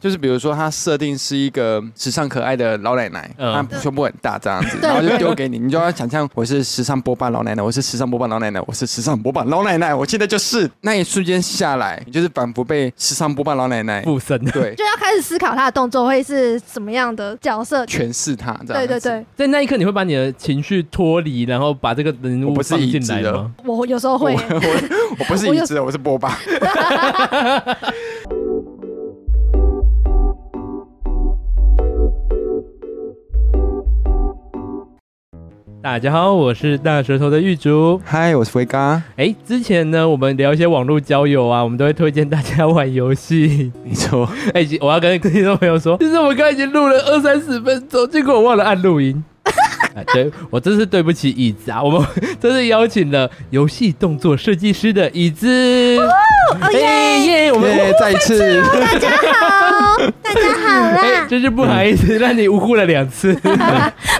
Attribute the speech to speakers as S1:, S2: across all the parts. S1: 就是比如说她设定是一个时尚可爱的老奶奶，她
S2: 嗯
S1: 胸部很大这样子，
S3: 对
S1: 然后就丢给你，你就要想象我是时尚波霸老奶奶，我是时尚波霸老奶奶，我是时尚波霸老奶奶，我现在就是那一瞬间下来，你就是仿佛被时尚波霸老奶奶
S2: 附身。
S1: 对
S3: 就要开始思考他的动作会是什么样的角色。
S1: 诠释她这样
S3: 对
S1: 子。
S3: 对对，
S2: 在那一刻，你会把你的情绪脱离，然后把这个人
S1: 我
S2: 物
S1: 不是
S2: 放
S1: 已
S2: 进
S1: 知
S2: 来
S1: 的
S2: 吗？
S3: 我有时候会
S1: 我，我我不是
S3: 我
S1: 已
S3: 有
S1: 知的，我是波霸。
S2: 大家好，我是大舌头的玉竹。
S1: 嗨，我是维嘎。
S2: 哎，之前呢，我们聊一些网络交友啊，我们都会推荐大家玩游戏。
S1: 没错，
S2: 哎，其我要跟听众朋友说，其实我们刚才已经录了二三十分钟，结果我忘了按录 音。哎，对我真是对不起椅子啊！我们 这次邀请了游戏动作设计师的椅子，
S3: 哦
S2: 哎
S3: 耶！
S2: 耶！我们
S1: 耶，再一次，
S3: 大家好，大家好
S2: 哎，
S3: 啦，
S2: 真是不好意思，让你误会了两次。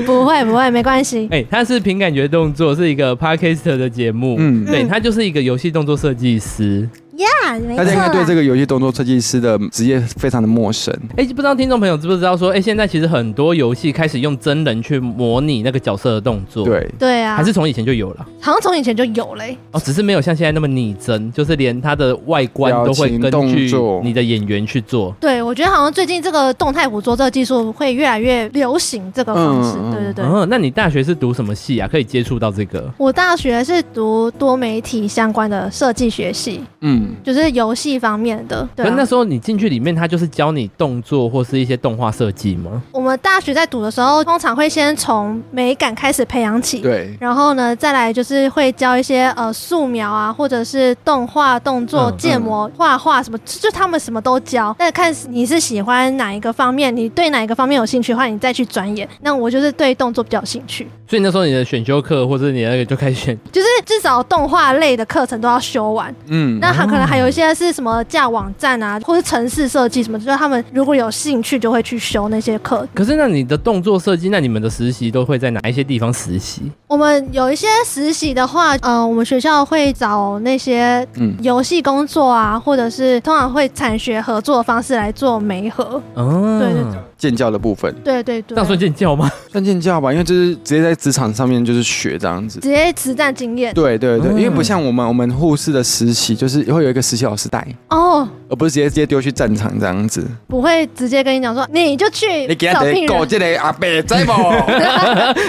S3: 不会不会，没关系。
S2: 哎、他是凭感觉动作，是一个 podcaster 的节目。
S1: 嗯
S2: 对
S3: 嗯
S2: 他就是一个游戏动作设计师。
S3: 呀，
S1: 哎
S3: 没
S1: 大家
S3: 错
S1: 应该对这
S3: 啦。
S1: 个游戏动作设计师的职业非常的陌生。
S2: 哎、不知道听众朋友知不知道说，哎、现在其实很多游戏开始用真人去模拟那个角色的动作，，
S1: 对，
S3: 对啊，
S2: 还是从以前就有了
S3: 好像从以前就有嘞、
S2: 哦，只是没有像现在那么拟真，就是连他的外观
S1: 表
S2: 都会
S1: 情
S2: 根
S1: 动
S2: 据
S1: 作
S2: 你的演员去做。
S3: 对，我觉得好像最近这个动态捕捉这个技术会越来越流行，这个方式。
S1: 嗯嗯
S3: 对对对。
S2: 嗯，那你大学是读什么系啊？可以接触到这个？
S3: 我大学是读多媒体相关的设计学系，
S1: 嗯，
S3: 就是游戏方面的。对
S2: 可
S3: 啊、
S2: 是那时候你进去里面，他就是教你动作或是一些动画设计吗？
S3: 我们大学在读的时候，通常会先从美感开始培养起，
S1: 对，啊
S3: 然后呢，再来就是会教一些呃素描啊，或者是动画、动作、
S2: 嗯
S3: 建模、画画什么，就就他们什么都教。那看你是喜欢哪一个方面，你对哪一个方面有兴趣的话，你再去钻研。那我就是对动作比较有兴趣，
S2: 所以那时候你的选修课或者你那个就开始选
S3: 就是至少动画类的课程都要修完。
S1: 嗯，
S3: 那还可能还有一些是什么架网站啊，或是城市设计什么，就是他们如果有兴趣就会去修那些课。
S2: 可是那你的动作设计，那你们的实习都会在哪一些地方实习？
S3: 我们有一些实习的话，呃，我们学校会找那些
S1: 嗯
S3: 游戏工作啊，或者是通常会产学合作的方式来做媒合。
S2: 哦，
S3: 对对对
S1: 建教的部分
S3: 对对
S2: 这样算
S3: 对，
S2: 见教吗？
S1: 算建教吧，因为就是直接在职场上面就是学这样子。
S3: 直接实战经验
S1: 对对对，
S2: 嗯
S1: 因为不像我们我们护士的实习，就是会有一个实习老师带，
S3: 哦，
S1: 而不是直接直接丢去战场这样子。
S3: 不会直接跟你讲说你就去
S1: 你给
S3: 找
S1: 他得
S3: 病
S1: 搞
S3: 人。
S1: 这个阿伯在不？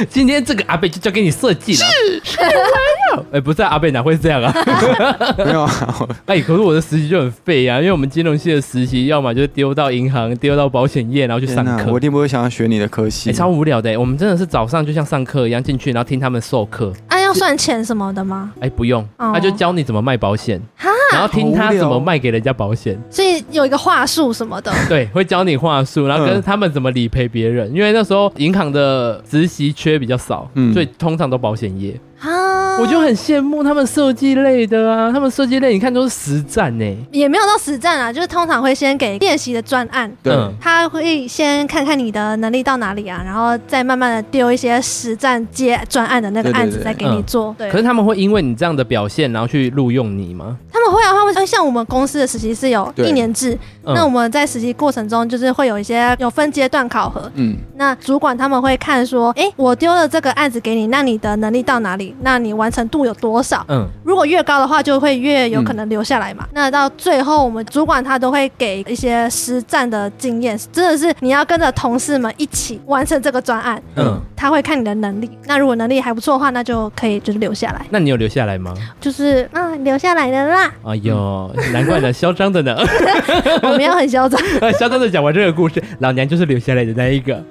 S2: 今天这个阿贝就交给你设计了。 哎、不是、啊、阿贝哪会这样啊？
S1: 没有啊，我
S2: 哎、可是我的实习就很废啊，因为我们金融系的实习，要么就是丢到银行，丢到保险业，然后去上
S1: 天哪，
S2: 课
S1: 我一。定不会想要学你的科系
S2: 哎、。超无聊的、哎我们真的是早上就像上课一样进去，然后听他们授课。
S3: 啊，要算钱什么的吗？
S2: 哎、不用，
S3: 哦
S2: 他就教你怎么卖保险，
S3: 哈
S2: 然后听他
S1: 好无聊
S2: 怎么卖给人家保险。
S3: 所以有一个话术什么的，
S2: 对，会教你话术，然
S1: 嗯
S2: 后跟他们怎么理赔别人，因为那时候银行的实习缺比较少，
S1: 嗯
S2: 所以通常都保险业。
S3: 啊，
S2: 我就很羡慕他们设计类的啊，他们设计类你看都是实战欸呢、
S3: 也没有到实战啊，就是通常会先给练习的专案，
S1: 对，
S2: 嗯
S3: 他会先看看你的能力到哪里啊，然后再慢慢的丢一些实战接专案的那个案子
S1: 对对对
S3: 再给你
S2: 嗯
S3: 做。对
S2: 可是他们会因为你这样的表现，然后去录用你吗？
S3: 他们会啊，他们会像我们公司的实习是有
S1: 对
S3: 一年制，
S2: 嗯
S3: 那我们在实习过程中就是会有一些有分阶段考核。
S1: 嗯，
S3: 那主管他们会看说，诶，我丢了这个案子给你，那你的能力到哪里？那你完成度有多少？
S2: 嗯，
S3: 如果越高的话，就会越有可能留下来嘛。那到最后，我们主管他都会给一些实战的经验，真的是你要跟着同事们一起完成这个专案。
S2: 嗯
S3: 他会看你的能力，那如果能力还不错的话，那就可以就是留下 来，
S2: 那你有留下来吗？
S3: 就是啊留下来的啦。
S2: 哎呦，难怪呢，嚣张的呢，
S3: 我没有很嚣张，
S2: 嚣张的讲完这个故事，老娘就是留下来的那一个。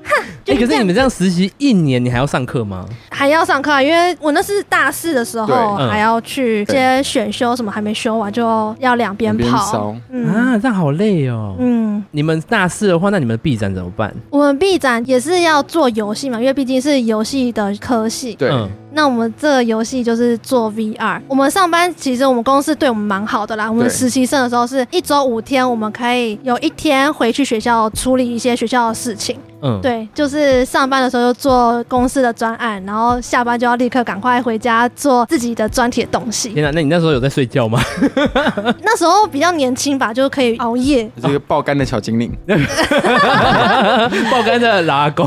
S2: 哎、
S3: 就是
S2: 可是
S3: 这样
S2: 你们这样实习一年，你还要上课吗？
S3: 还要上课啊，因为我那是大四的时
S1: 对
S3: 候，
S2: 嗯
S3: 还要去一些选修什么还没修完，就要两边
S1: 边
S3: 跑
S1: 烧。
S3: 嗯
S2: 啊，这样好累哦。
S3: 嗯，
S2: 你们大四的话，那你们的 B 展怎么办？
S3: 我们 B 展也是要做游戏嘛，因为毕竟是游戏的科系。
S1: 对，
S2: 嗯
S3: 那我们这个游戏就是做 VR。我们上班其实我们公司对我们蛮好的啦。我们
S1: 对
S3: 实习生的时候是一周五天，我们可以有一天回去学校处理一些学校的事情。
S2: 嗯，，
S3: 对，就是上班的时候就做公司的专案，然后下班就要立刻赶快回家做自己的专题的东西。
S2: 天哪，那你那时候有在睡觉 吗？
S3: 那时候比较年轻吧，就可以熬夜。
S1: 这个爆肝的小精灵，
S2: 爆肝的拉 钩。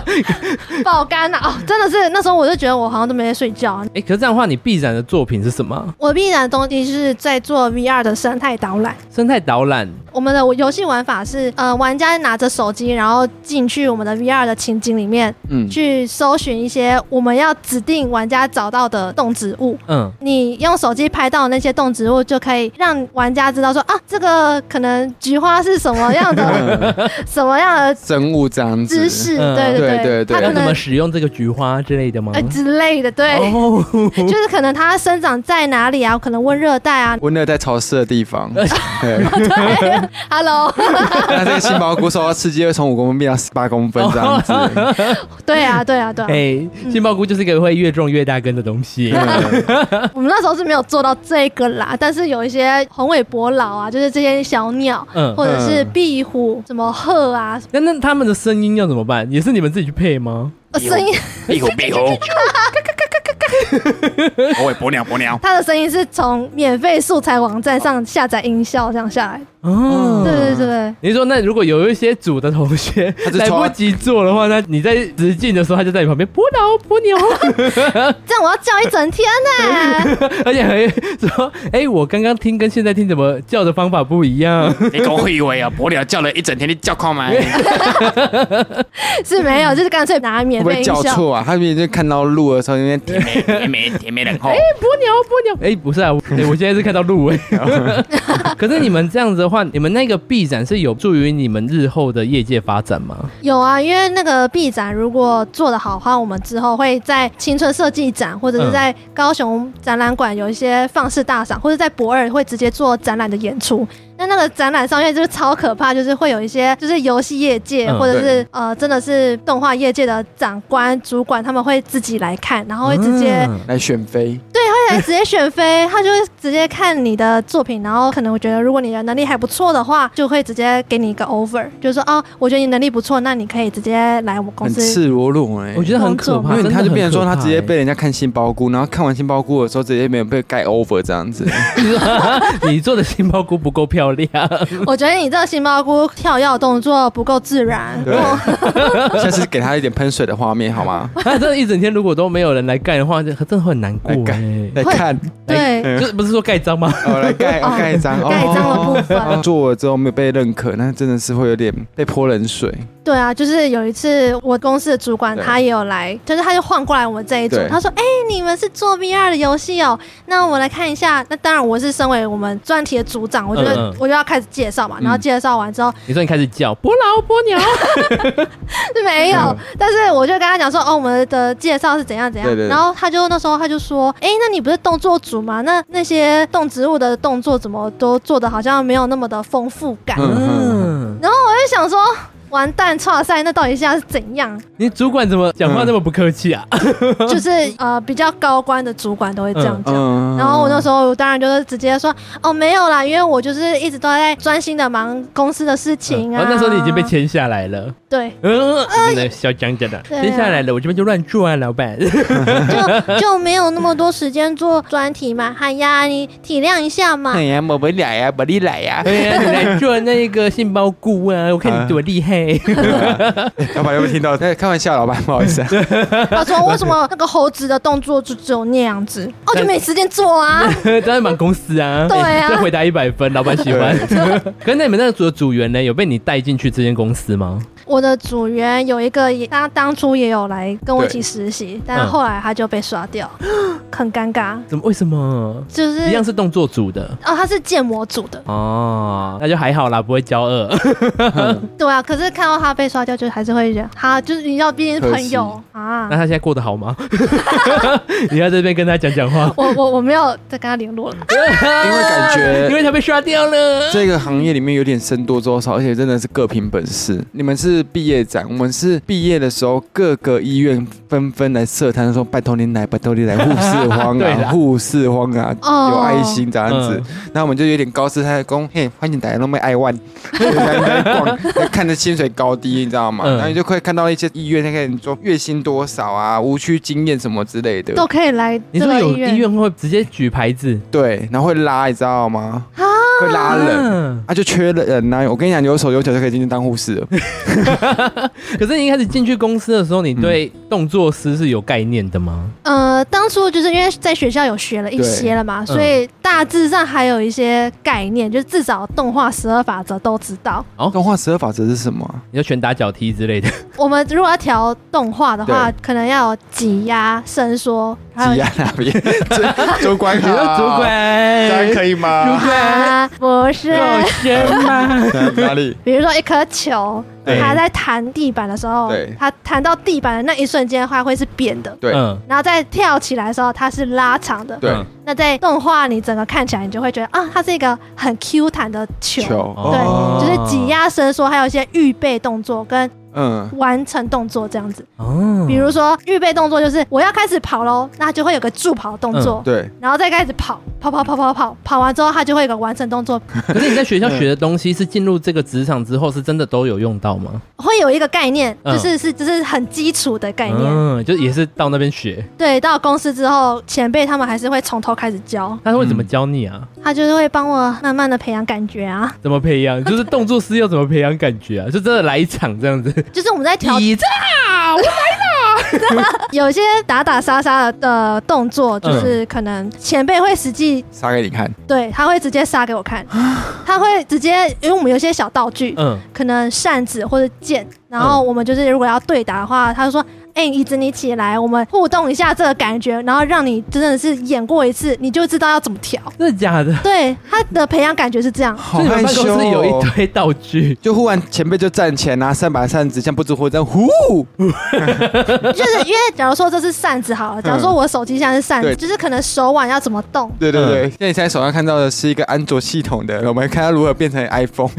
S3: 爆肝 啊！哦，真的是那时候我就觉得我好像都没在睡觉、啊。
S2: 哎、可是这样的话，你必然的作品是什么？
S3: 我必然的东西是在做 VR 的生态导览。
S2: 生态导览，
S3: 我们的游戏玩法是，呃，玩家拿着手机，然后进去我们的 VR 的情景里面，
S1: 嗯，
S3: 去搜寻一些我们要指定玩家找到的动植物。
S2: 嗯，
S3: 你用手机拍到的那些动植物，就可以让玩家知道说啊，这个可能菊花是什么样的， 什么样的
S1: 生物这样
S3: 姿
S1: 子，
S3: 势，
S2: 嗯
S3: 对对
S1: 对对对
S3: 它
S2: 要
S3: 可
S2: 怎么
S3: 能
S2: 使用这个菊花之类的吗？
S3: 呃之类的，对，
S2: 哦，
S3: 就是可能它生长在哪里啊，可能温热带啊
S1: 温热带潮湿的地方，对，
S3: ，Hello，
S1: 那这个杏鲍菇受到刺激会从五公分变到十八公分这样子，
S3: 对啊，对啊，对啊，
S2: 哎，杏鲍菇就是一个会越种越大根的东西。
S1: 嗯
S3: 我们那时候是没有做到这个啦，但是有一些红尾伯劳啊，就是这些小鸟，
S2: 嗯
S3: 或者是壁虎、什么鹤啊，
S2: 那那他们的声音要怎么办？也是你们自己去配吗？
S3: 呃声音，
S1: 壁虎 壁虎，我也伯鸟伯 鸟，
S3: 它的声音是从免费素材网站上下载音效这样下来的。
S1: 嗯
S2: 哦，
S3: 对对对，
S2: 你说，那如果有一些组的同学
S1: 他就啊
S2: 来
S1: 从
S2: 不及做的话，那你在直进的时候，他就在你旁边拨挠拨鸟，
S3: 这样我要叫一整天呢、
S2: 而且还说：“哎、我刚刚听跟现在听怎么叫的方法不一 样。
S1: 你跟我以为啊，伯鸟叫了一整天，你叫靠吗？会
S3: 是没有，就是干脆拿免
S1: 不
S3: 费
S1: 会
S3: 音
S1: 叫
S3: 效。
S1: 错啊？他明明就看到鹿的时候，因为甜美
S4: 甜美甜美人后，
S2: 拨鸟拨鸟，哎、不是 啊，哎、我现在是看到鹿 哎、可是你们这样子的话，你们那个臂展是有助于你们日后的业界发展吗？
S3: 有啊，因为那个 B 展如果做得好的话，我们之后会在青春设计展或者
S1: 嗯
S3: 是在高雄展览馆有一些放式大赏，或者在博二会直接做展览的演出。那那个展览上面就是超可怕，就是会有一些就是游戏业界、
S2: 嗯
S3: 或者是呃真的是动画业界的长官主管他们会自己来看，然后会直接、
S2: 嗯
S1: 来选妃，
S3: 对直接选飞，他就会直接看你的作品，然后可能我觉得如果你的能力还不错的话，就会直接给你一个 over，就是说哦，我觉得你能力不错，那你可以直接来我们公
S1: 很
S3: 司。
S1: 赤裸裸哎
S2: 我。觉得很欸可怕，
S1: 因为他就变成说，他直接被
S2: 被
S1: 人家看杏鲍菇，然后看完杏鲍菇的时候，直接没有被盖 over 这 样子。
S2: 哎 你做的杏鲍菇不够漂亮，
S3: 我觉得你这个杏鲍菇跳跃动作不够自然。
S1: 对，下次给他一点喷水的画面好吗？
S2: 他真的一整天如果都没有人来盖的话，就真的会很难过
S1: 来盖
S2: 哎、
S1: 来看，
S3: 对，
S2: 就是不是说盖章吗？
S1: 哦，来盖
S3: 哦
S1: 盖章，哦
S3: 盖章的部分，
S1: 哦做了之后没有被认可，那真的是会有点被泼冷水。
S3: 对啊，就是有一次我公司的主管
S1: 对
S3: 他也有来，就是他就换过来我们这一组
S1: 对，
S3: 他说：“哎、你们是做 VR 的游戏哦，那我来看一下。”那当然我是身为我们专题的组长，我就、
S2: 嗯嗯
S3: 我就要开始介绍
S1: 嗯
S3: 嘛，然后介绍完之后、
S2: 你说你开始叫伯劳伯鸟，
S3: 是 没有
S1: 嗯，
S3: 但是我就跟他讲说：“哦，我们的介绍是怎样怎样。
S1: 对对对
S3: 然后他就那时候他就说：“哎、那你不是动作组吗？那那些动植物的动作怎么都做的好像没有那么的丰富感？”
S1: 嗯
S2: 嗯，
S3: 我就想说。完蛋，哇塞，那到底现在是怎样？
S2: 你主管怎么讲
S1: 嗯
S2: 话那么不客气啊？
S3: 就是呃，比较高官的主管都会这样讲。
S1: 嗯，
S3: 然后我那时候当然就是直接说，哦，没有啦，因为我就是一直都在专心的忙公司的事情啊。
S2: 然后嗯哦那时候你已经被签下来了，
S3: 对，
S2: 嗯，真的小讲讲的，
S3: 对啊
S2: 签下来了，我这边就乱做啊，老板。
S3: 就就没有那么多时间做专题嘛。哎呀，你体谅一下嘛
S1: 哎。呀，我们俩呀，我你来呀，
S2: 哎
S3: 啊
S2: 呀，你来做那个杏鲍菇啊，我看你多厉害。
S1: 老板有没有听到？哎，开玩笑，老板，不好意思 啊。
S3: 他说为什么那个猴子的动作就只有那样子？哦，
S2: 但
S3: 就没时间做啊。
S2: 当然满公司啊，
S3: 对啊
S2: 再回答一百分，老板喜欢。可是那你们那个组的组员呢，有被你带进去这间公司吗？
S3: 我的组员有一个也，他当初也有来跟我一起实
S2: 嗯
S3: 习，但后来他就被刷 掉，很尴尬。
S2: 怎么？为什么？
S3: 就是嗯
S2: 一样是动作组的
S3: 哦，他是建模组的，
S2: 哦，那就还好啦，不会骄傲。
S3: 对啊。可是看到他被刷掉，就还是会觉得他就是你知道，毕竟是朋友啊
S2: 那。他现在过得好吗？ 你要在这边跟他讲讲 话，
S3: 我我我没有再跟他联络了，
S2: 哎
S1: 因为感觉
S2: 因为他被刷掉了。
S1: 这个行业里面有点僧多粥少，而且真的是各凭本事。你们是毕业展，我们是毕业的时候，各个医院纷纷来设摊，说拜托您来，拜托您来，护士荒
S2: 对嗯
S1: 啊，
S2: 啦
S1: 护士荒啊，
S3: 哦
S1: 有爱心这样子。那、我们就有点高姿态地说，嘿，欢迎大家都没爱 万，来逛，看着薪水高低，你知道吗？
S2: 嗯
S1: 然后你就会看到一些医院在跟你说月薪多少啊，无区经验什么之类的，
S3: 都可以来
S2: 你
S3: 这
S2: 说
S3: 个
S2: 有
S3: 医
S2: 医
S3: 院
S2: 院会直接举牌子
S1: 对，然后会拉，你知道吗？
S3: 啊
S1: 会拉人。
S2: 嗯
S1: 啊，就缺人呐、我跟你讲，有手有脚就可以进去当护士 了。
S2: 可是你一开始进去公司的时候，你对动作师是有概念的吗？
S3: 呃，当初就是因为在学校有学了一些了嘛，
S2: 对嗯
S3: 所以大致上还有一些概念，就是至少动画十二法则都知道。
S1: 动哦画十二法则是什么啊、
S2: 你就拳打脚踢之类 的，
S3: 我们如果要调动画的话，可能要有挤压、伸缩，还
S1: 挤
S3: 有
S1: 压那边，主主管
S2: 你说
S1: 好，
S2: 主
S1: 这样
S2: 管，
S1: 可以吗？
S3: 啊，不是，
S2: 够深吗？
S1: 哪里？
S3: 比如说一颗球，
S1: 对
S3: 它在弹地板的时候
S1: 对，
S3: 它弹到地板的那一瞬间，它会是扁的。
S1: 对
S2: 嗯，
S3: 然后再跳起来的时候，它是拉长的。
S1: 对
S2: 嗯，
S3: 那在动画你整个看起来，你就会觉得啊，它是一个很 Q 弹的
S1: 球，
S3: 对，
S2: 哦
S3: 就是挤压伸缩，还有一些预备动作跟
S1: 嗯，
S3: 完成动作这样子。
S2: 哦
S3: 比如说预备动作就是我要开始跑喽，那就会有个助跑动
S2: 嗯
S3: 作，
S1: 对，
S3: 然后再开始跑，跑跑跑跑跑，跑完之后它就会有个完成动作，
S2: 可是你在学校学的东西，是进入这个职场之后，是真的都有用到吗？
S3: 会有一个概念，
S2: 嗯
S3: 就是是就是很基础的概念。
S2: 嗯，就也是到那边学，
S3: 对，到公司之后，前辈他们还是会从头开始教，
S2: 他会怎么教你啊？
S3: 他就是会帮我慢慢的培养感觉啊，
S2: 怎么培养？就是动作师要怎么培养感觉啊？就真的来一场这样子，
S3: 就是我们在调
S2: 椅子啊，我
S3: 有些打打杀杀的呃动作，
S2: 嗯
S3: 就是可能前辈会实际
S1: 杀给你看，
S3: 对，他会直接杀给我看，他会直接，因为我们有一些小道具，
S2: 嗯，
S3: 可能扇子或者剑，然后我们就是如果要对打的话，他就说。哎、椅子你起来，我们互动一下这个感觉，然后让你真的是演过一次，你就知道要怎么调。
S2: 真的假的？
S3: 对，他的培养感觉是这样。
S1: 好
S2: 就你们
S1: 害
S2: 办
S1: 羞
S2: 公室有
S1: 哦
S2: 一。堆道具，
S1: 就忽然前辈就站前拿三把扇子，像不知火这样呼，
S3: 就是因为假如说这是扇子好了，假如说我手机现在是扇子，
S1: 对
S3: 就是可能手腕要怎么动，
S1: 对对对。那你现在手上看到的是一个安卓系统的，我们看它如何变成 iPhone。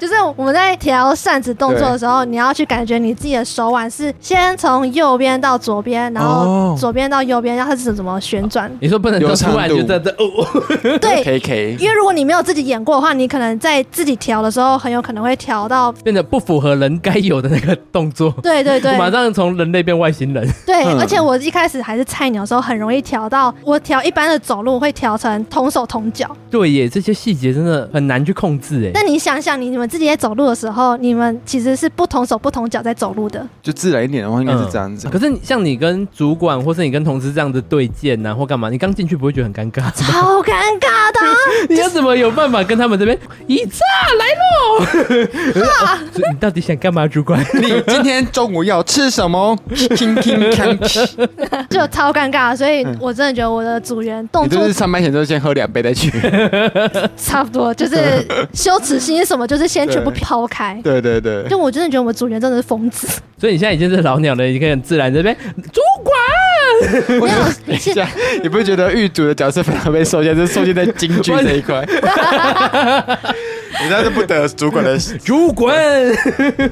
S3: 就是我们在调扇子动作的时候，你要去感觉你自己的手腕是先从右边到左边，然后
S1: 哦
S3: 左边到右边，然后它是怎么旋转？
S2: 你说不能就
S1: 流畅
S2: 突然就
S1: 度
S2: 在这哦哦，
S3: 对，
S1: K K，
S3: 因为如果你没有自己演过的话，你可能在自己调的时候，很有可能会调到。
S2: 变得不符合人该有的那个动作。
S3: 对对对，
S2: 马上从人类变外星人，
S3: 对，
S1: 嗯
S3: 而且我一开始还是菜鸟的时候，很容易调到我调一般的走路会调成同手同脚。
S2: 对耶，这些细节真的很难去控制哎。
S3: 但你想想，你你们自己在走路的时候，你们其实是不同手不同脚在走路的。
S1: 就自然一点的话，应该是这样子
S2: 嗯可。是你像你跟主管或是你跟同事这样的对见啊呐、或干嘛，你刚进去不会觉得很尴尬吗？
S3: 超尴尬的啊，
S2: 你要怎么有办法跟他们这边一炸来喽？所以你到底想干嘛，主管？
S1: 你今天中午要吃什 么？听听看，你
S3: 就超尴尬，所以
S1: 嗯
S3: 我真的觉得我的组员动
S1: 就
S3: 作
S1: 是上班前就先喝两杯再去。
S3: 差 不多，就是羞耻心是什么，就是先全部
S1: 对
S3: 抛开。
S1: 对对对，
S3: 就我真的觉得我们组员真的是疯 子，
S2: 所以你现在已经是老鸟了，你可以很自然这边主管，
S3: 没有
S1: 等一
S3: 是
S1: 下， 你不觉得狱主的角色非常被受限，就是受限在京剧这一 块？人家是不得主管的，
S2: 主管，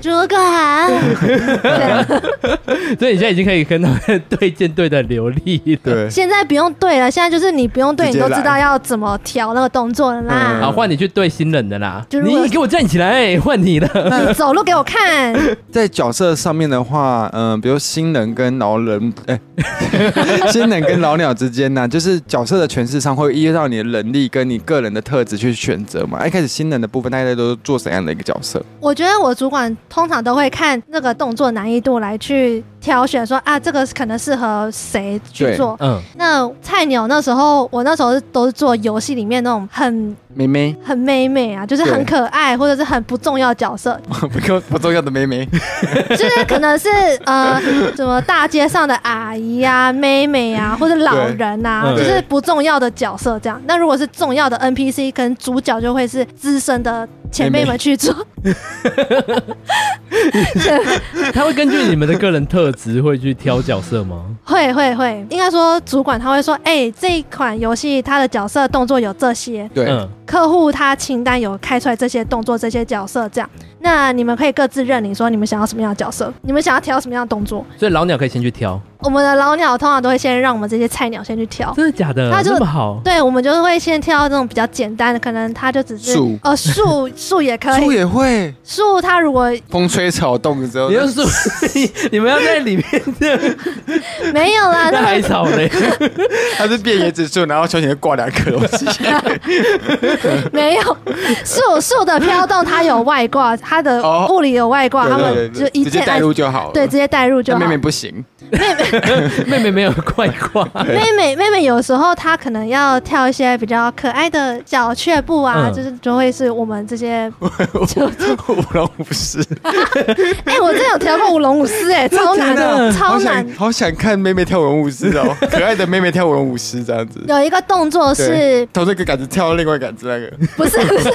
S3: 主管， 对，
S2: 所以你现在已经可以跟他们对见对的流利了。
S1: 对，
S3: 现在不用对了，现在就是你不用对，
S1: 直
S3: 你
S1: 接
S3: 都
S1: 来
S3: 知道要怎么调那个动作了
S1: 嗯
S3: 啦
S2: 好，。换你去对新人的啦！
S3: 就如果
S2: 你给我站起来，换你了。
S3: 你走路给我看，
S1: 在角色上面的话，嗯、比如新人跟老人，哎、 新人跟老鸟之间呢、就是角色的诠释上会依照你的能力跟你个人的特质去选择嘛。一开始新人的部分，大家都是做怎样的一个角色？
S3: 我觉得我主管通常都会看那个动作难易度来去挑选说，啊，这个可能适合谁去
S1: 对
S3: 做。
S2: 嗯，
S3: 那菜鸟那时候，我那时候是都是做游戏里面那种很
S1: 妹妹，
S3: 很妹妹啊，就是很
S1: 对
S3: 可爱或者是很不重要的角色，
S1: 不够不重要的妹妹，
S3: 就是可能是呃什么大街上的阿姨啊、妹 妹啊，或者老人啊，
S2: 嗯
S3: 就是不重要的角色这样。那如果是重要的 NPC，可能主角就会是资深的前辈
S1: 妹
S3: 们
S1: 妹
S3: 去做。
S2: 他会根据你们的个人特质会去挑角色吗？
S3: 会会会，应该说主管他会说，哎、这一款游戏它的角色动作有这些，
S1: 对，
S2: 嗯，
S3: 客户他清单有开出来这些动作、这些角色这样。那你们可以各自认领，说你们想要什么样的角色，你们想要挑什么样的动作。
S2: 所以老鸟可以先去挑，
S3: 我们的老鸟通常都会先让我们这些菜鸟先去挑，
S2: 真的假的？
S3: 那就
S2: 这么
S1: 哦
S2: 好，
S3: 对，我们就会先挑这种比较简单的，可能他就只是
S1: 树
S3: 呃树树也可
S1: 猪
S3: 以，
S1: 也会
S3: 树它如果
S1: 风吹草动之后
S2: 你，要说 你你们要在里面这 样
S3: 没有 啦，
S2: 那
S3: 那
S2: 海草 嘞，
S1: 它是变椰子树，然后球鞋挂两颗东西，
S3: 没有树树的飘动，它有外挂，它的
S1: 哦
S3: 物理有外挂，他们就一
S1: 直接
S3: 键
S1: 带
S3: 按
S1: 入就好了。
S3: 对直接带入就
S1: 但
S3: 好
S1: 妹。妹不 行，
S2: 妹妹没有怪 挂，
S1: 啊
S3: 妹妹妹妹有时候她可能要跳一些比较可爱的小雀步啊，
S2: 嗯
S3: 就是就会是我们这些，
S1: 舞龙舞狮，
S3: 哎、我真的有跳过舞龙舞狮、 哎，超难的，超
S1: 好
S3: 难
S1: 想。好想看妹妹跳舞龙舞狮 哦，可爱的妹妹跳舞龙舞狮这样子。
S3: 有一个动作是
S1: 从这个杆子跳到另外一个杆子那个，
S3: 不是，不是，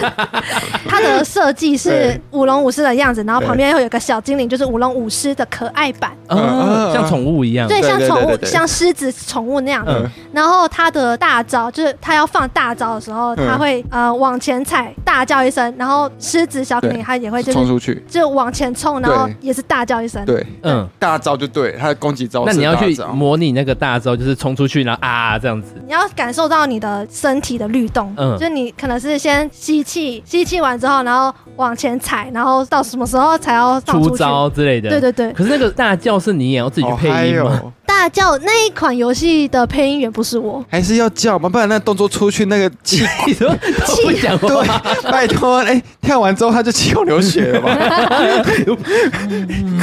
S3: 它的设计是
S1: 对
S3: 舞龙舞狮的样子，然后
S1: 对
S3: 旁边又有个小精灵，就是舞龙舞狮的可爱版，
S2: 啊，像宠物一样，
S3: 对，
S1: 对
S3: 像
S1: 嗯对
S3: 宠
S1: 对
S3: 物，
S1: 对对
S3: 像狮子宠物那样的
S1: 嗯。
S3: 然后它的大招就是它要放大招的时候，
S1: 嗯
S3: 它会呃往前踩，大叫一声，然后狮子小精灵
S1: 对
S3: 它也会就是
S1: 冲出去，
S3: 就往前冲，然后
S1: 对
S3: 也是大叫一声。
S1: 对，
S2: 嗯。
S1: 大招就对，他的攻击招
S2: 那
S1: 式
S2: 你要
S1: 哦大
S2: 去
S1: 招。
S2: 模拟那个大招，就是冲出去，然后啊这样子，
S3: 你要感受到你的身体的律动，
S2: 嗯
S3: 就你可能是先吸气，吸气完之后，然后往前踩，然后到什么时候才要放出
S2: 出
S3: 去？
S2: 招之类的。
S3: 对对对，
S2: 可是那个大叫是你也要自己去
S1: 好
S2: 配
S1: 嗨
S2: 音吗？
S1: 哦，
S3: 大叫那一款游戏的配音员不是我，
S1: 还是要叫嘛，不然那动作出去那个气，
S2: 你说都不讲 话，
S1: 对，拜托，哎，跳完之后他就气孔流血了 吧？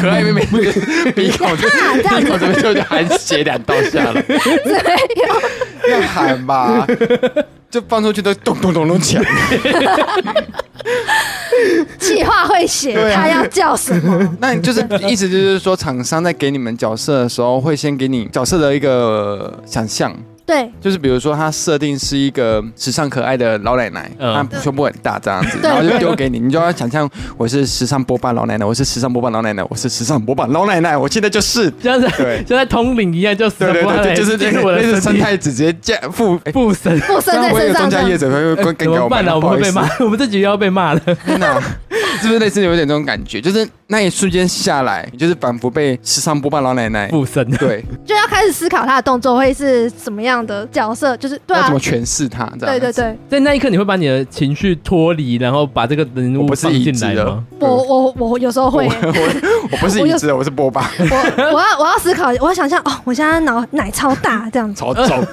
S1: 可爱妹妹鼻孔就
S3: 啊这样
S1: 鼻
S3: 子
S1: 孔这边就就含血两道下来，
S3: 对，
S1: 要喊吧，就放出去都咚咚咚咚响。
S3: 气话会写
S1: 对啊
S3: 他要叫什 么。
S1: 那你就是意思就是说，厂商在给你们角色的时候，会先给你角色的一个想象，
S3: 对
S1: 就是比如说，它设定是一个时尚可爱的老奶奶，
S2: 嗯
S1: 她胸部很大这样子，
S3: 对
S1: 然后就丢给你，你就要想象我是时尚波霸老奶奶，我是时尚波霸老奶奶，我是时尚波霸老奶奶，我现在就是，
S2: 像
S1: 对
S2: 在像在通灵一样，就死
S1: 对对对对，就是
S2: 这
S1: 那
S2: 是我
S1: 个类
S2: 的
S1: 似
S2: 身
S1: 三
S2: 体
S1: 太子直接嫁附。哎
S2: 不神。
S3: 附身在
S1: 我
S3: 身
S1: 有
S3: 中
S1: 中
S3: 这
S1: 间业
S3: 样。
S1: 者会会
S2: 哎怎
S1: 跟给
S2: 么
S1: 我
S2: 办呢？啊我
S1: 不
S2: 们
S1: 好
S2: 会
S1: 意
S2: 被
S1: 思，
S2: 骂， 我们这局要被 骂了。
S1: 天哪，是不是类似有点这种感觉？就是那一瞬间下来，你就是仿佛被时尚波霸老奶奶，
S2: 不神，
S1: 对，
S3: 就要开始思考他的动作会是什么样的角色，就是对
S1: 要
S3: 啊
S1: 怎么，诠释它？这样
S3: 对
S1: 子
S3: 对，对，
S2: 在那一刻你会把你的情绪脱离，然后把这个人
S1: 我
S2: 物
S1: 不是
S2: 放
S1: 已
S2: 进
S1: 知
S2: 来
S1: 的
S2: 吗？，
S3: 我我我有时候会，
S1: 嗯我 我我不是已知的，我是波霸，
S3: 我我要我要思考，我要想象哦，我现在脑奶超大这样子，
S1: 超重。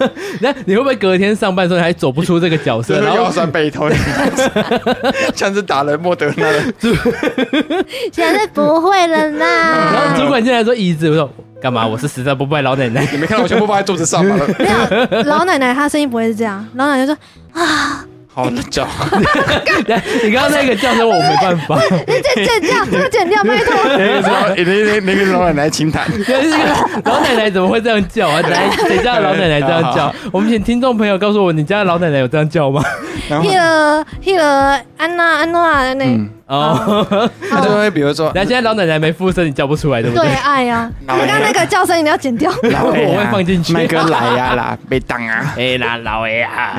S2: 那你会不会隔天上班的时候还走不出这个角
S1: 这
S2: 色？
S1: 是
S2: 然
S1: 腰
S2: 后
S1: 酸背 痛，像是打了莫德纳的，
S3: 现在不会了
S2: 然后
S3: 啦。
S2: 主管进来说椅子，我说干嘛？我是实在不拜老奶奶。
S1: 你没看到我全部放在桌子 上吗？
S3: 没有老奶奶她声音不会是这样，老奶奶就说
S1: 好叫，
S2: 你刚刚那个叫声我没办法，
S3: 你这这这样这 个剪掉，拜托。
S1: 那个老那个那个老奶奶清谈，
S2: 就是这个老奶奶怎么会这样叫啊？来，谁家的老奶奶这样叫？我们请听众朋友告诉我，你家的老奶奶有这样叫吗？
S1: 然后
S3: 迄个、迄个安娜、安娜呢
S1: 嗯？，
S2: 哦，
S1: 他就会比如 说
S2: 然后现在老奶奶没附身，你叫不出来，对不
S3: 对
S2: 对？
S3: 爱啊！你
S1: 老人
S3: 刚刚那个叫声一定要剪掉。
S1: 老啊
S2: 我会放进去
S1: 麦哥来呀啦，被当啊，
S2: 哎啦，老哎呀！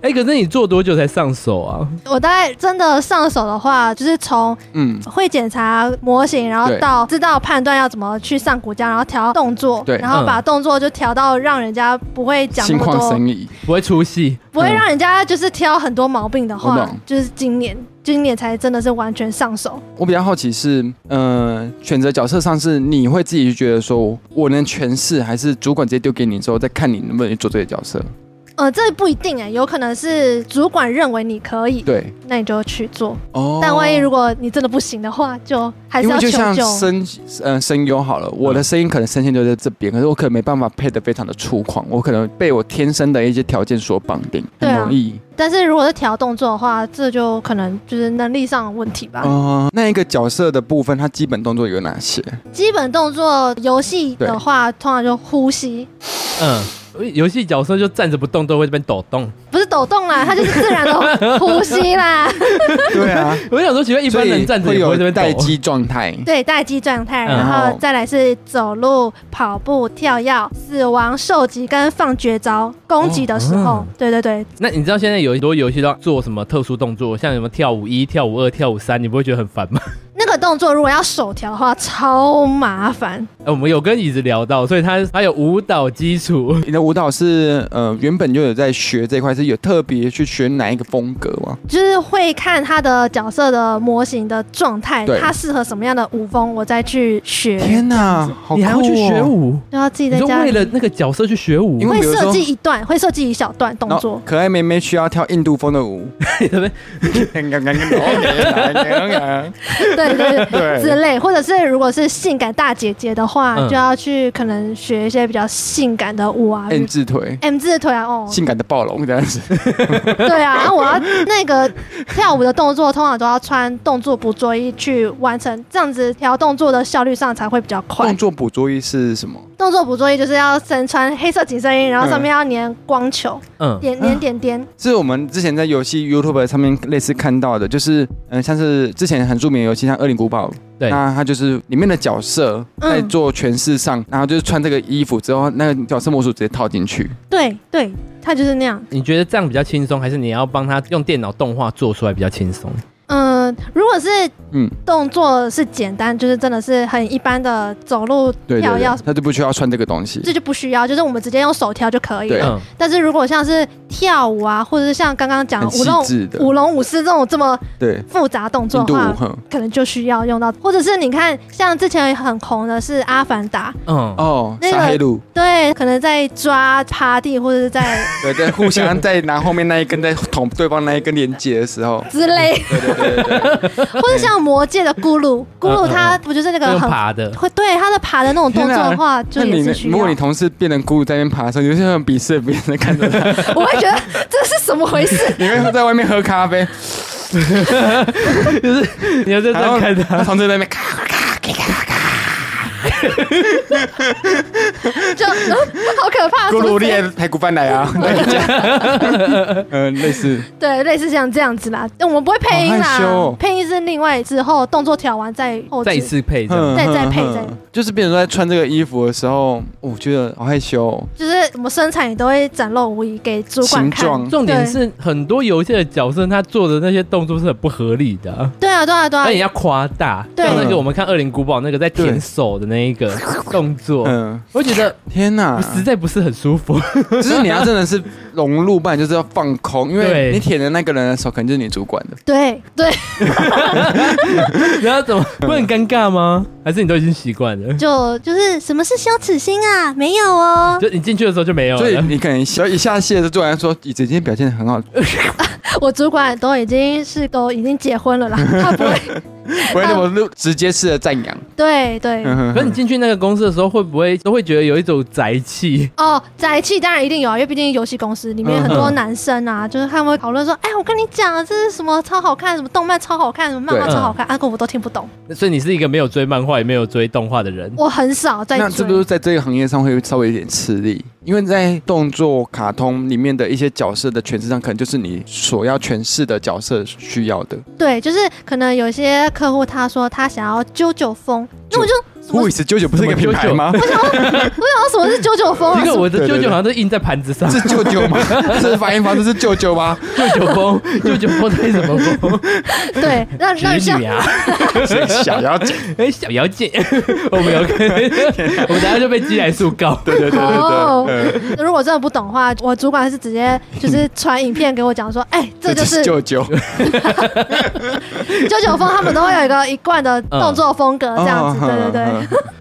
S2: 哎，可是你做多久才上手啊？
S3: 我大概真的上手的话，就是从
S1: 嗯，
S3: 会检查模型，然后
S1: 对
S3: 到知道判断要怎么去上骨架，然后调动作，
S1: 对
S3: 然后把动作就调到让人家不会讲那
S1: 心
S3: 么
S1: 旷
S3: 多，
S1: 神怡，
S2: 不会出戏，
S3: 不会让人家就是挑很多毛病的
S1: 我
S3: 话
S1: 懂，
S3: 就是今年，今年才真的是完全上手。
S1: 我比较好奇是，嗯，选择角色上是你会自己觉得说我能诠释，还是主管直接丢给你之后再看你能不能去做这个角色？
S3: 呃，这不一定哎、有可能是主管认为你可以，
S1: 对，
S3: 那你就去做。
S1: 哦
S3: 但万一如果你真的不行的话，就还是
S1: 因
S3: 要
S1: 为就
S3: 求
S1: 像
S3: 救。
S1: 声呃声优好了，
S2: 嗯
S1: 我的声音可能声线就在这边，可是我可能没办法配的非常的粗犷，我可能被我天生的一些条件所绑定，
S3: 对
S1: 很
S3: 啊
S1: 容易。
S3: 但是如果是调动作的话，这就可能就是能力上的问题吧。
S1: 哦、那一个角色的部分，它基本动作有哪些？
S3: 基本动作游戏的话，通常就呼吸，
S2: 嗯，游戏角色就站着不动都会这边抖动。
S3: 不是抖动啦，它就是自然的呼吸啦，
S1: 对啊，
S2: 我想说，奇怪，一
S1: 所
S2: 般
S1: 以
S2: 人站着
S1: 会
S2: 也不
S1: 有
S2: 会这
S1: 待
S2: 边抖。
S1: 机状态。
S3: 对，待机状态，
S2: 嗯
S3: 然后再来是走路、跑步、跳跃、死亡、受击跟放绝招攻击的时候，
S2: 哦嗯
S3: 对对对，
S2: 那你知道现在有很多游戏都要做什么特殊动作，像什么跳舞一、跳舞二、跳舞三，你不会觉得很烦吗？
S3: 那个动作如果要手调的话，超麻烦。
S2: 哎我们有跟椅子聊到，所以他 他有舞蹈基础。
S1: 你的舞蹈是呃原本就有在学这一块，是有特别去学哪一个风格吗？
S3: 就是会看他的角色的模型的状态
S1: 对，
S3: 他适合什么样的舞风，我再去学。
S1: 天哪，好
S2: 你还要
S1: 酷
S2: 去学
S1: 哦！
S2: 舞？
S3: 就要自己
S2: 你
S3: 在
S2: 就
S3: 家
S2: 为
S3: 里
S2: 了那个角色去学舞
S1: 因？为
S3: 会
S1: 比如
S3: 设
S1: 说
S3: 计一段，会设计一小段动
S1: 然后
S3: 作。
S1: 可爱妹妹需要跳印度风的舞，
S2: 对不对？
S3: 对对对，
S1: 对
S3: 之类，或者是如果是性感大姐姐的话，
S2: 嗯
S3: 就要去可能学一些比较性感的舞啊。比
S1: N
S3: 如
S1: 字腿，
S3: M 字腿啊，哦，
S1: 哎 性感的暴龙这样子。
S3: 对啊， 然后我要那个跳舞的动作，通常都要穿动作捕捉衣去完成，这样子调动作的效率上才会比较 快
S1: 动。作捕捉衣是什么？
S3: 动作捕捉衣就是要身穿黑色紧身衣，然后上面要粘光球，
S2: 嗯，
S3: 点点点点，
S1: 是我们之前在游戏 YouTube 上面类似看到的，就是嗯、呃像是之前很著名的游戏，像《恶灵古堡》，
S2: 对
S1: 那它就是里面的角色
S3: 嗯
S1: 在做诠释上，然后就是穿这个衣服之后，那个角色魔术直接套进去。
S3: 对对，它就是那样。
S2: 你觉得这样比较轻松，还是你要帮他用电脑动画做出来比较轻松？
S3: 嗯，如果是
S1: 嗯，
S3: 动作是简单，就是真的是很一般的走路、
S1: 对对
S3: 跳
S1: 对
S3: 跃，，
S1: 他就不需要穿这个东西。
S3: 这就不需要，就是我们直接用手挑就可以
S1: 对
S3: 了。
S2: 嗯，
S3: 但是如果像是跳舞啊，或者是像刚刚讲
S1: 很
S3: 的
S1: 细
S3: 舞龙
S1: 致的
S3: 舞龙舞狮这种这么
S1: 对，
S3: 复杂动作
S1: 印
S3: 的
S1: 度舞
S3: 话，
S1: 哼。
S3: 可能就需要用到，或者是你看，像之前很红的是《阿凡达》，
S2: 嗯，
S1: 哦，
S3: 那个
S1: 沙黑路，
S3: 对，可能在抓趴地或者是在
S1: 对，在互相在拿后面那一根在捅对方那一根连接的时候，
S3: 之类，
S1: 对对对对对，嗯
S3: 或者像《魔戒》的咕噜，咕噜它不就是那
S2: 用
S3: 个很
S2: 爬的。
S3: 会对它的爬的那种动作的话，就
S1: 啊那
S3: 也
S1: 你
S3: 是
S1: 呢
S3: 需
S1: 如
S3: 要
S1: 果。你同事变成孤独在那边爬的时候，你就像鄙视别人在看 着他，
S3: 我会觉得这是什么回事？
S1: 你会在外面喝咖啡，
S2: 你要在这
S1: 然后
S2: 样看
S1: 他
S2: 他，
S1: 同事在那边 咔
S3: 就、嗯好可怕，
S1: 咕
S3: 什
S1: 噜
S3: 么之类
S1: 列排骨饭来 啊，嗯，类 似，
S3: 对，类似像这样子啦。但我们不会配音
S1: 好
S3: 啦，
S1: 害羞哦
S3: 配音是另外之后动作调完再后
S2: 再一
S3: 置，
S2: 次配这样。
S1: 嗯
S3: 再再配
S1: 嗯
S3: 再
S1: 嗯就是别人都在穿这个衣服的时候，我觉得好害羞哦，
S3: 就是我们生产也都会展露无遗给主管
S1: 形
S3: 看。
S1: 状
S2: 重点是很多游戏的角色他做的那些动作是很不合理的啊，
S3: 对啊，对啊，对啊
S1: 哎
S2: 而，且要夸大。
S3: 对
S2: 像那个我们看《恶灵古堡》那个在舔手的那一个动作，
S1: 嗯，啊
S2: 我觉得
S1: 天哪，
S2: 实在不是很舒服。
S1: 就是你要真的是融入，不然就是要放空，因为
S2: 对
S1: 你舔的那个人的手可能就是你主管的，
S3: 对对，
S2: 然后怎么不很尴尬吗？还是你都已经习惯了？
S3: 就就是什么是羞耻心啊？没有 哦，
S2: 就你进去的时候就没有
S1: 所以
S2: 了。
S1: 你可能小一下线就突然说，你今天表现的很 好，
S3: 我主管都已经是都已经结婚了 啦，他不会，
S1: 不会那么露 直接式的赞扬。
S3: 对对。
S1: 嗯
S2: 可是你进去那个公司的时候，会不会都会觉得有一种宅气？
S3: 哦，宅气当然一定有啊，因为毕竟游戏公司里面很
S1: 嗯
S3: 多男生啊，就是他们会讨论说，哎，我跟你讲，这是什么超好看，什么动漫超好看，什么漫画
S2: 对
S3: 超好看，啊，可我都听不懂，
S2: 所以你是一个没有追漫画也没有追动画的人。
S3: 我很少在
S1: 那是不是
S3: 追。
S1: 在这个行业上会稍微有点吃力？因为在动作卡通里面的一些角色的诠释上，可能就是你所要诠释的角色需要的。
S3: 对，就是可能有些客户他说他想要啾啾风，那
S1: 啾
S3: 我就什么
S1: Who is 九九不是一个
S2: 什么
S1: 品牌吗？
S3: 那什么是啾啾风啊？
S2: 这
S3: 什
S2: 个
S3: 么
S2: 我的
S1: 对对
S2: 舅
S1: 对
S2: 舅好像都印在盘子上，
S1: 是舅舅 吗？这是发音方式是舅舅吗？
S2: 舅舅风， 舅舅风吹什么 风？
S3: 对，那那
S2: 侄
S3: 像
S2: 女啊，
S1: 谁想要讲？
S2: 哎，小姚姐， 我们有可 能，我们等下就被寄来诉告。
S1: 对对对
S3: 哦
S1: 对对，
S3: 如果真的不懂的话，我主管是直接就是传影片给我讲说，哎、这就是
S1: 舅舅。
S3: 九九风，他们都会有一个一贯的
S2: 嗯
S3: 动作风格这样子，对对对。
S1: 对，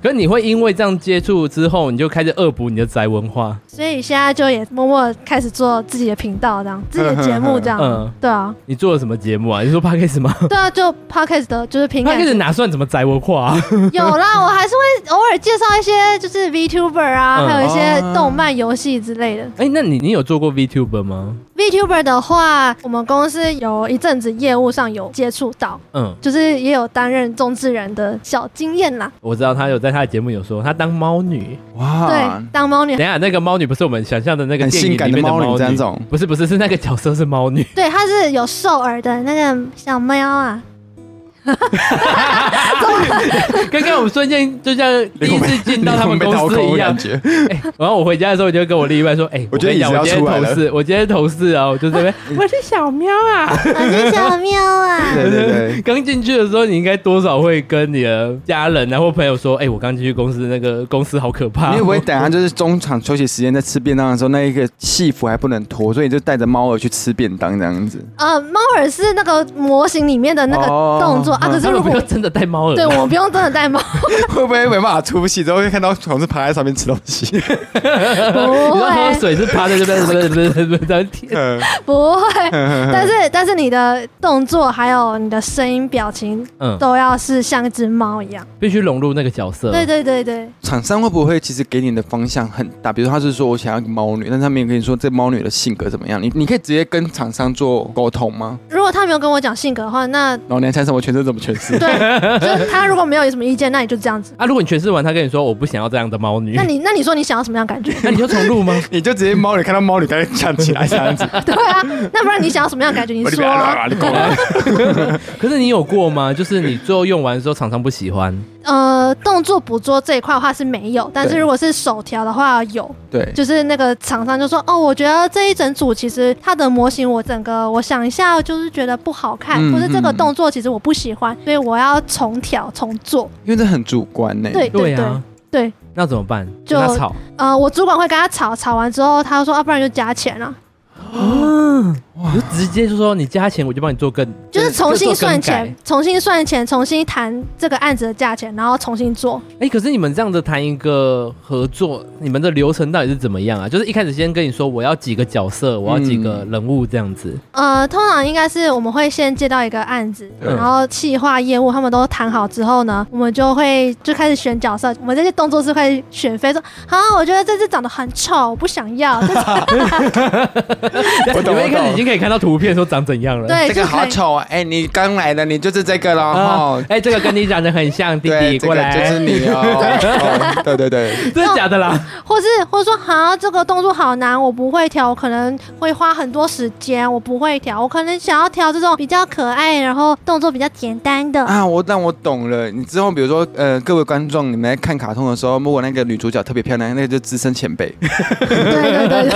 S2: 可是你会因为这样接触之后，你就开始恶补你的宅文化。
S3: 所以现在就也默默开始做自己的频道，这样自己的节目这样，
S2: 嗯
S3: 对啊，
S2: 你做了什么节目啊？你说 podcast 吗？
S3: 对啊，就 podcast 的就是平灵
S2: 他
S3: 感
S2: 开。始哪算怎么宰我胯、啊？
S3: 有啦，我还是会偶尔介绍一些就是 VTuber 啊，
S2: 嗯
S3: 还有一些动漫游戏之类的。
S2: 哎、那你你有做过 VTuber 吗？
S3: VTuber 的话，我们公司有一阵子业务上有接触到，
S2: 嗯，
S3: 就是也有担任中之人的小经验啦。
S2: 我知道他有在他的节目有说他当猫女。
S1: 哇
S3: 对，，当猫女
S2: 等一，下，那个猫女不是我们想象的那个
S1: 很
S2: 电影
S1: 性
S2: 里
S1: 感
S2: 面
S1: 的
S2: 猫
S1: 猫女张总，
S2: 不是不是，是那个角色是猫 女。
S3: 对，它是有兽耳的那个小喵啊。
S2: 刚刚我们瞬间就 像 第一次进到他们
S1: 被掏
S2: 公司
S1: 空
S2: 一
S1: 的
S2: 样
S1: 感，觉，
S2: 然后我回家的时候，我就跟我另一半说：“哎、
S1: 我觉得
S2: 跟你讲
S1: 椅子
S2: 我
S1: 要出
S2: 今天
S1: 来
S2: 同
S1: 了
S2: 事，我今天同事啊，我 就这边，我是小喵啊。
S3: 我是小喵 啊。
S1: 对对对。
S2: 刚进去的时候，你应该多少会跟你的家人然后朋友说：‘哎、我刚进去公司，那个公司好可 怕。’
S1: 你会不会等下就是中场休息时间在吃便当的时候，那一个戏服还不能脱，所以你就带着猫儿去吃便当这样子？
S3: 呃，猫耳是那个模型里面的那个
S1: 哦
S3: 动作、
S1: 嗯
S3: 啊，可是
S2: 他
S3: 如
S2: 们
S3: 果
S2: 不要真的带猫了，
S3: 对我们不用真的戴猫，
S1: 会不会没办法出戏，之后会看到同事趴在上面吃东西？
S3: 不
S2: 你说喝
S3: 会
S2: 水是趴在这边，不是不是不是不是，
S1: 嗯
S3: 不会，但是但是你的动作还有你的声音、表情
S2: 嗯，
S3: 都要是像一只猫一样。
S2: 必须融入那个角色。
S3: 对对对对，
S1: 厂商会不会其实给你的方向很大？比如说他是说我想要一个猫女，但他们也跟你说这猫女的性格怎么样？你你可以直接跟厂商做沟通吗？
S3: 如果他没有跟我讲性格的话，那
S1: 老娘想什么诠释怎么诠 释？
S3: 对，就是他如果没有什么意见，那你就这样子。
S2: 啊，如果你诠释完，他跟你说我不想要这样的猫女，
S3: 那你那你说你想要什么样的 感觉？
S2: 那你就重 录吗？
S1: 你就直接猫女看到猫女，赶紧站起来这样子。
S3: 对啊，那不然你想要什么样的感觉？你
S1: 我就
S3: 说、啊。
S1: 你过来
S2: 可是你有过吗？就是你最后用完之后，常常不喜欢，
S3: 呃，动作捕捉这一块的话是没有，但是
S1: 对
S3: 如果是手条的话有，
S1: 对，
S3: 就是那个厂商就说，哦，我觉得这一整组其实它的模型，我整个我想一下，就是觉得不好看，
S1: 嗯
S3: 或是这个
S1: 嗯
S3: 动作其实我不喜欢，所以我要重调重做。
S1: 因为这很主观呢、
S3: 对对对
S2: 啊，
S3: 对，
S2: 那怎么办？
S3: 就
S2: 跟他吵，
S3: 呃，我主管会跟他吵，吵完之后他就说，啊，不然就加钱了、
S1: 嗯
S2: 啊你就直接就说你加钱，我就帮你做更，
S3: 就是重新算。
S2: 就做更
S3: 钱
S2: 改，
S3: 重新算钱，重新谈这个案子的价钱，然后重新做。
S2: 哎，可是你们这样子谈一个合作，你们的流程到底是怎么样啊？就是一开始先跟你说我要几个角色，我要几个人物这样子，
S3: 呃，通常应该是我们会先接到一个案子，
S2: 嗯
S3: 然后企划业务他们都谈好之后呢，我们就会就开始选角色。我们这些动作是会选妃说，好，我觉得这只长得很丑，我不想要。这只
S1: 我
S2: 你
S1: 懂
S2: 们
S1: 我
S2: 一开始
S1: 懂
S2: 已经可以看到图片说长怎样了。
S3: 对，
S1: 这个
S3: 就可
S1: 好
S3: 以。
S1: 丑啊！哎、你刚来的，你就是这个了
S2: 啊
S1: 哈。
S2: 哎，这个跟你长得很像，弟
S1: 对，
S2: 弟
S1: 这
S2: 过
S1: 个
S2: 来，
S1: 就是你 哦。哦对对对，
S2: 真的假的 啦？
S3: 或是或者说，好，这个动作好难，我不会调，我可能会花很多时间，我不会调，我可能想要调这种比较可爱，然后动作比较简单的。
S1: 啊，我让我懂了。你之后比如说，呃，各位观众，你们在看卡通的时候，如果那个女主角特别漂亮，那个就资深前辈。
S3: 对对对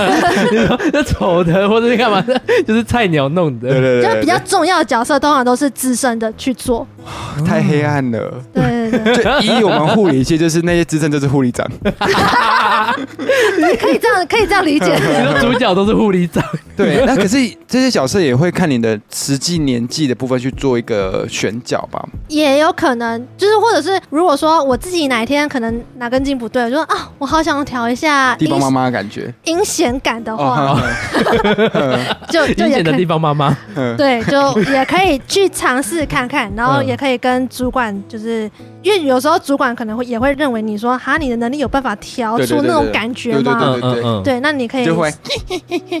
S3: 对，
S2: 那丑的或者是干嘛的，就是菜鸟弄的。
S1: 对
S3: 就是比较重要的角色，通常都是资深的去做。
S1: 太黑暗 了。
S3: 对对对对，
S1: 就以我们护理界，就是那些资深就是护理长，
S3: 对可以这样，可以这样理解。
S2: 你说主角都是护理长，
S1: 对。 那可是这些角色也会看你的实际年纪的部分去做一个选角吧。
S3: 也有可能，就是或者是如果说我自己哪一天可能哪根筋不对，我就说啊，我好想调一下
S1: 地
S3: 阴
S1: 方妈妈的感觉。
S3: 阴险感的哎话，
S1: 哦，
S3: 就就
S2: 阴
S3: 也
S2: 险的
S3: 可
S2: 地
S3: 以。
S2: 方妈妈。
S1: 嗯，
S3: 对，就也可以去尝试看看，然后也可以跟主管，就是因为有时候主管可能会也会认为你说，哈，你的能力有办法调
S1: 对对
S3: 出
S1: 对
S3: 那种
S1: 对
S3: 感觉吗？
S1: 对对
S2: 嗯
S1: 对
S2: 嗯嗯，
S3: 对那你可以
S1: 就 会，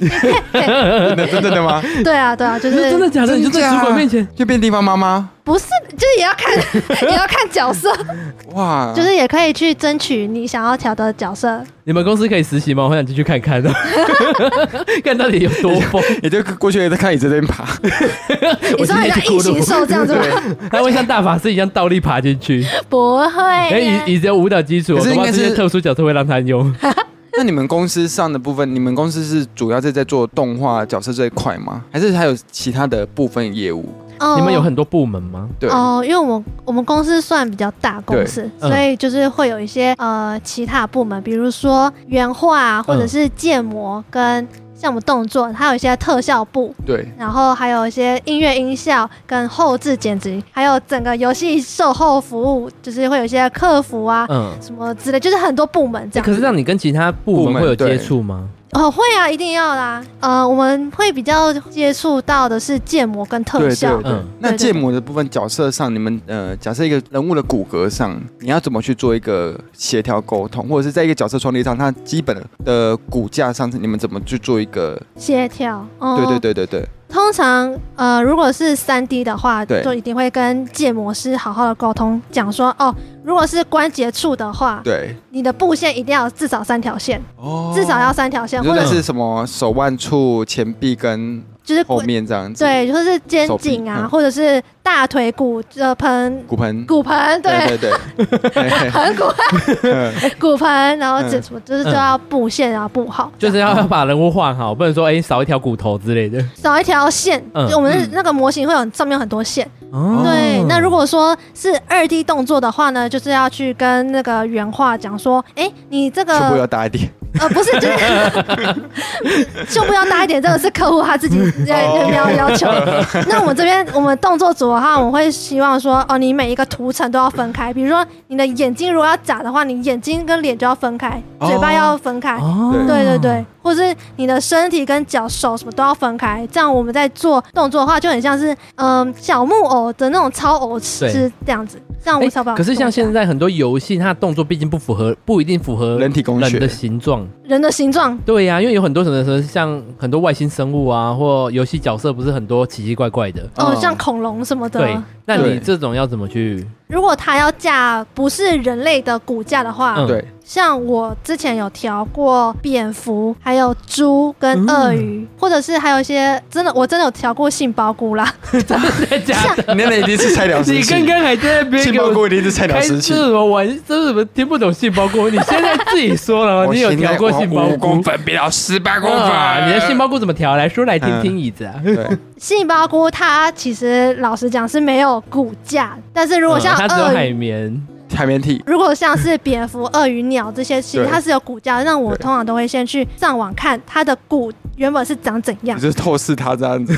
S1: 真的真的真的吗？
S3: 对啊，对啊，就
S2: 你说
S3: 是
S2: 真的假的？你就
S1: 真
S2: 在
S1: 假
S2: 主管面前，
S1: 就变地方妈妈，
S3: 不是，就是也要看，也要看角色，
S2: 啊
S1: 哇，
S3: 就是也可以去争取你想要调的 角色。
S2: 你们公司可以实习吗？我想进去看 看，看到底有多疯。
S1: 也就过去在看椅子这边爬。
S3: 你说好像异形兽这 样子吗？
S2: 他会像大法师一样倒立爬进去，
S3: 不会啊
S2: 哎，
S3: 耶，
S2: 以以只有舞蹈基础，
S1: 可
S2: 我
S1: 是
S2: 恐怕
S1: 应
S2: 这
S1: 该是
S2: 些特殊角色会让他用。
S3: 哦
S1: 那你们公司上的部分，你们公司是主要是在做动画角色这一块吗？还是还有其他的部分业务？
S3: 哦
S2: 你们有很多部门吗？
S1: 对，
S3: 哦，因为我们我们公司算比较大公司，
S2: 对嗯
S3: 所以就是会有一些呃其他部门，比如说原画或者是建模跟项目动作，还有一些特效部，
S1: 对，
S3: 然后还有一些音乐音效跟后置剪辑，还有整个游戏售后服务，就是会有一些客服啊。
S2: 嗯。
S3: 什么之类，就是很多部门这
S2: 哎
S3: 样。
S2: 可是让你跟其他部
S1: 部
S2: 门
S1: 门
S2: 会有接
S1: 对
S2: 触吗？
S3: 哦，会啊，一定要啦。呃，我们会比较接触到的是建模跟特
S1: 对
S3: 效。
S1: 对
S2: 嗯，
S1: 那
S3: 对对
S1: 建模的部分角色上，你们呃，假设一个人物的骨骼上，你要怎么去做一个协调沟通，或者是在一个角色创立上，它基本的呃骨架上，你们怎么去做一个？
S3: 协调。哦
S1: 对对。对对对，
S3: 通常，呃，如果是三 D 的话，
S1: 对
S3: 就一定会跟建模师好好的沟通，讲说，哦，如果是关节处的话，
S1: 对，
S3: 你的布线一定要有至少三条线，
S1: 哦
S3: 至少要三条线，
S1: 你
S3: 或
S1: 说
S3: 者
S1: 那是什么手腕处、前臂跟
S3: 就是
S1: 后
S3: 骨，
S1: 面这样子？，
S3: 对，就是肩
S1: 手臂
S3: 颈啊，
S1: 嗯
S3: 或者是大腿骨的盆
S1: 骨盆。
S3: 骨盆，对，
S1: 对对 对
S3: 盆骨
S1: 嗯，
S3: 骨盆，然后这
S1: 嗯
S3: 什么就是都要布线啊，布好，
S2: 就是要把人物画好，不能说哎少一条骨头之类的。
S3: 少一条线。
S2: 嗯
S3: 就我们
S1: 嗯
S3: 那个模型会有上面有很多线，
S2: 哦
S3: 对。那如果说是二 D 动作的话呢，就是要去跟那个原画讲说，哎，你这
S1: 胸部
S3: 个
S1: 要大一点。
S3: 呃不是，就是胸部要大一点，这个是客户他自己要要要求。那我们这边我们动作组的话，我们会希望说，哦，你每一个图层都要分开，比如说你的眼睛如果要眨的话，你眼睛跟脸就要分开，嘴巴
S1: 哦
S3: 要分开。
S2: 哦
S3: 对对对，或是你的身体跟脚、手什么都要分开，这样我们在做动作的话，就很像是嗯、小木偶的那种超偶
S2: 对
S3: 是这样子，这样我
S2: 哎
S3: 们才把。
S2: 可是像现在很多游戏，它的动作毕竟不符合，不一定符合
S1: 人体工学
S2: 人的形状。
S3: 人的形状，
S2: 对呀、因为有很多什么什么像很多外星生物啊，或游戏角色，不是很多奇奇怪怪的。
S3: 哦、
S1: 哦
S3: 像恐龙什么
S2: 嗯对
S3: 的。，
S2: 那
S1: 对啊
S2: 你这种要怎么 去？
S3: 如果它要架不是人类的骨架的话，
S2: 嗯
S1: 对，
S3: 像我之前有调过蝙蝠，还有猪跟鳄鱼，
S2: 嗯
S3: 或者是还有一些真的，我真的有调过杏鲍菇啦。
S2: 真的假的？
S1: 你那一定是菜鸟时
S2: 你
S1: 期，
S2: 刚刚还在那边
S1: 杏
S2: 给
S1: 鲍
S2: 我
S1: 菇一定是菜鸟
S2: 开这
S1: 时期
S2: 是。什么玩？这是什么听不懂杏鲍菇？你现在自己说 了吗，你有调过杏鲍
S1: 我现在我五
S2: 菇
S1: 公？分变到十八公
S2: 啊
S1: 分，
S2: 你的杏鲍菇怎么调？来说来听听椅子啊。
S1: 对，
S3: 杏鲍菇它其实老实讲是没有骨架，但是如果像
S2: 嗯它只有
S3: 鳄鱼
S2: 海绵，
S1: 海绵体
S3: 如果像是蝙蝠、鳄鱼、鸟这些，其实
S1: 对
S3: 它是有骨架，那我
S1: 对
S3: 通常都会先去上网看它的骨原本是长怎样
S1: 你。就是透视它这样子，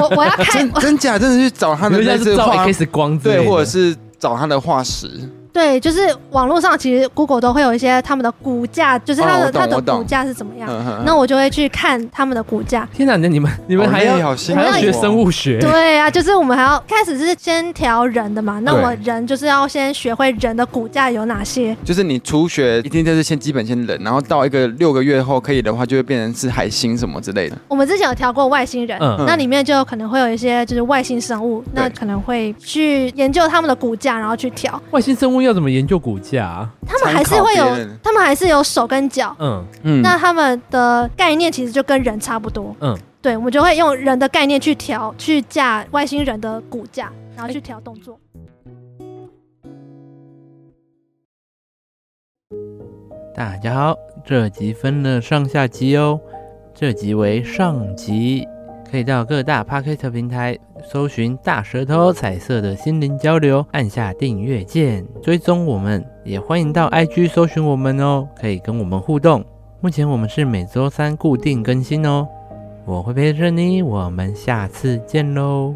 S3: 我我要看
S1: 真，真假真的去找它
S2: 比
S1: 的
S2: 如像
S1: 类
S2: 是
S1: 似
S2: 照
S1: 化，
S2: X 光之类的，
S1: 对，或者是找它的化石，
S3: 对，就是网络上其实 Google 都会有一些他们的骨架，就是它
S1: 哦
S3: 的
S1: 我懂
S3: 它的
S1: 我懂
S3: 骨架是怎么样，
S1: 嗯嗯
S3: 那我就会去看他们的骨架。
S2: 天哪，那你们你们还
S1: 好累
S2: 要
S1: 好辛苦
S2: 还
S1: 哦
S2: 要学生物学？
S3: 对啊，就是我们还要开始是先调人的嘛，那
S1: 对
S3: 我人就是要先学会人的骨架有哪些。
S1: 就是你初学一定就是先基本先冷，然后到一个六个月后可以的话，就会变成是海星什么之类的。
S3: 我们之前有调过外星人，
S2: 嗯
S3: 那里面就可能会有一些就是外星生物，那
S1: 对
S3: 可能会去研究他们的骨架，然后去调。
S2: 外星生物要怎么研究骨架啊？
S3: 他们还是会
S1: 参考别
S3: 有
S1: 人，
S3: 他们还是有手跟脚。
S2: 嗯
S1: 嗯
S3: 那他们的概念其实就跟人差不多，
S2: 嗯，
S3: 对，我们就会用人的概念去调，去架外星人的骨架，然后去调动作。
S2: 大家好，这集分了上下集哦，这集为上集，可以到各大 p o c k e t 平台搜寻“大舌头彩色的心灵交流”，按下订阅键追踪我们，也欢迎到 IG 搜寻我们哦，可以跟我们互动。目前我们是每周三固定更新哦，我会陪着你，我们下次见喽。